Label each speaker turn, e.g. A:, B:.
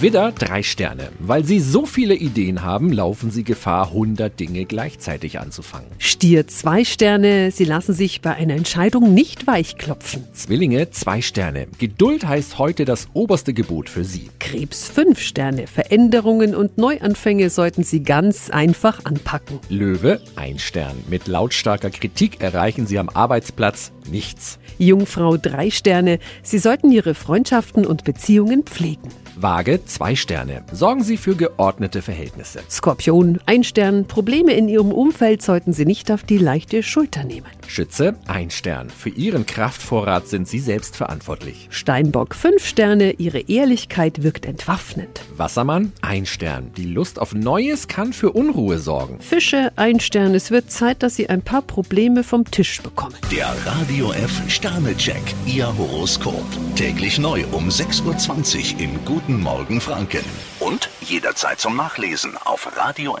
A: Widder, drei Sterne. Weil Sie so viele Ideen haben, laufen Sie Gefahr, 100 Dinge gleichzeitig anzufangen.
B: Stier zwei Sterne, Sie lassen sich bei einer Entscheidung nicht weichklopfen.
A: Zwillinge, zwei Sterne. Geduld heißt heute das oberste Gebot für Sie.
B: Krebs fünf Sterne, Veränderungen und Neuanfänge sollten Sie ganz einfach anpacken.
A: Löwe, ein Stern. Mit lautstarker Kritik erreichen Sie am Arbeitsplatz nichts.
B: Jungfrau drei Sterne, Sie sollten Ihre Freundschaften und Beziehungen pflegen.
A: Waage, zwei Sterne. Sorgen Sie für geordnete Verhältnisse.
B: Skorpion ein Stern, Probleme in Ihrem Umfeld sollten Sie nicht auf die leichte Schulter nehmen.
A: Schütze, ein Stern. Für Ihren Kraftvorrat sind Sie selbst verantwortlich.
B: Steinbock fünf Sterne, Ihre Ehrlichkeit wirkt entwaffnend.
A: Wassermann, ein Stern. Die Lust auf Neues kann für Unruhe sorgen.
B: Fische ein Stern, es wird Zeit, dass Sie ein paar Probleme vom Tisch bekommen.
C: Der Radio F Sternecheck, Ihr Horoskop. Täglich neu um 6.20 Uhr im Guten Morgen Franken. Und jederzeit zum Nachlesen auf radiof.de.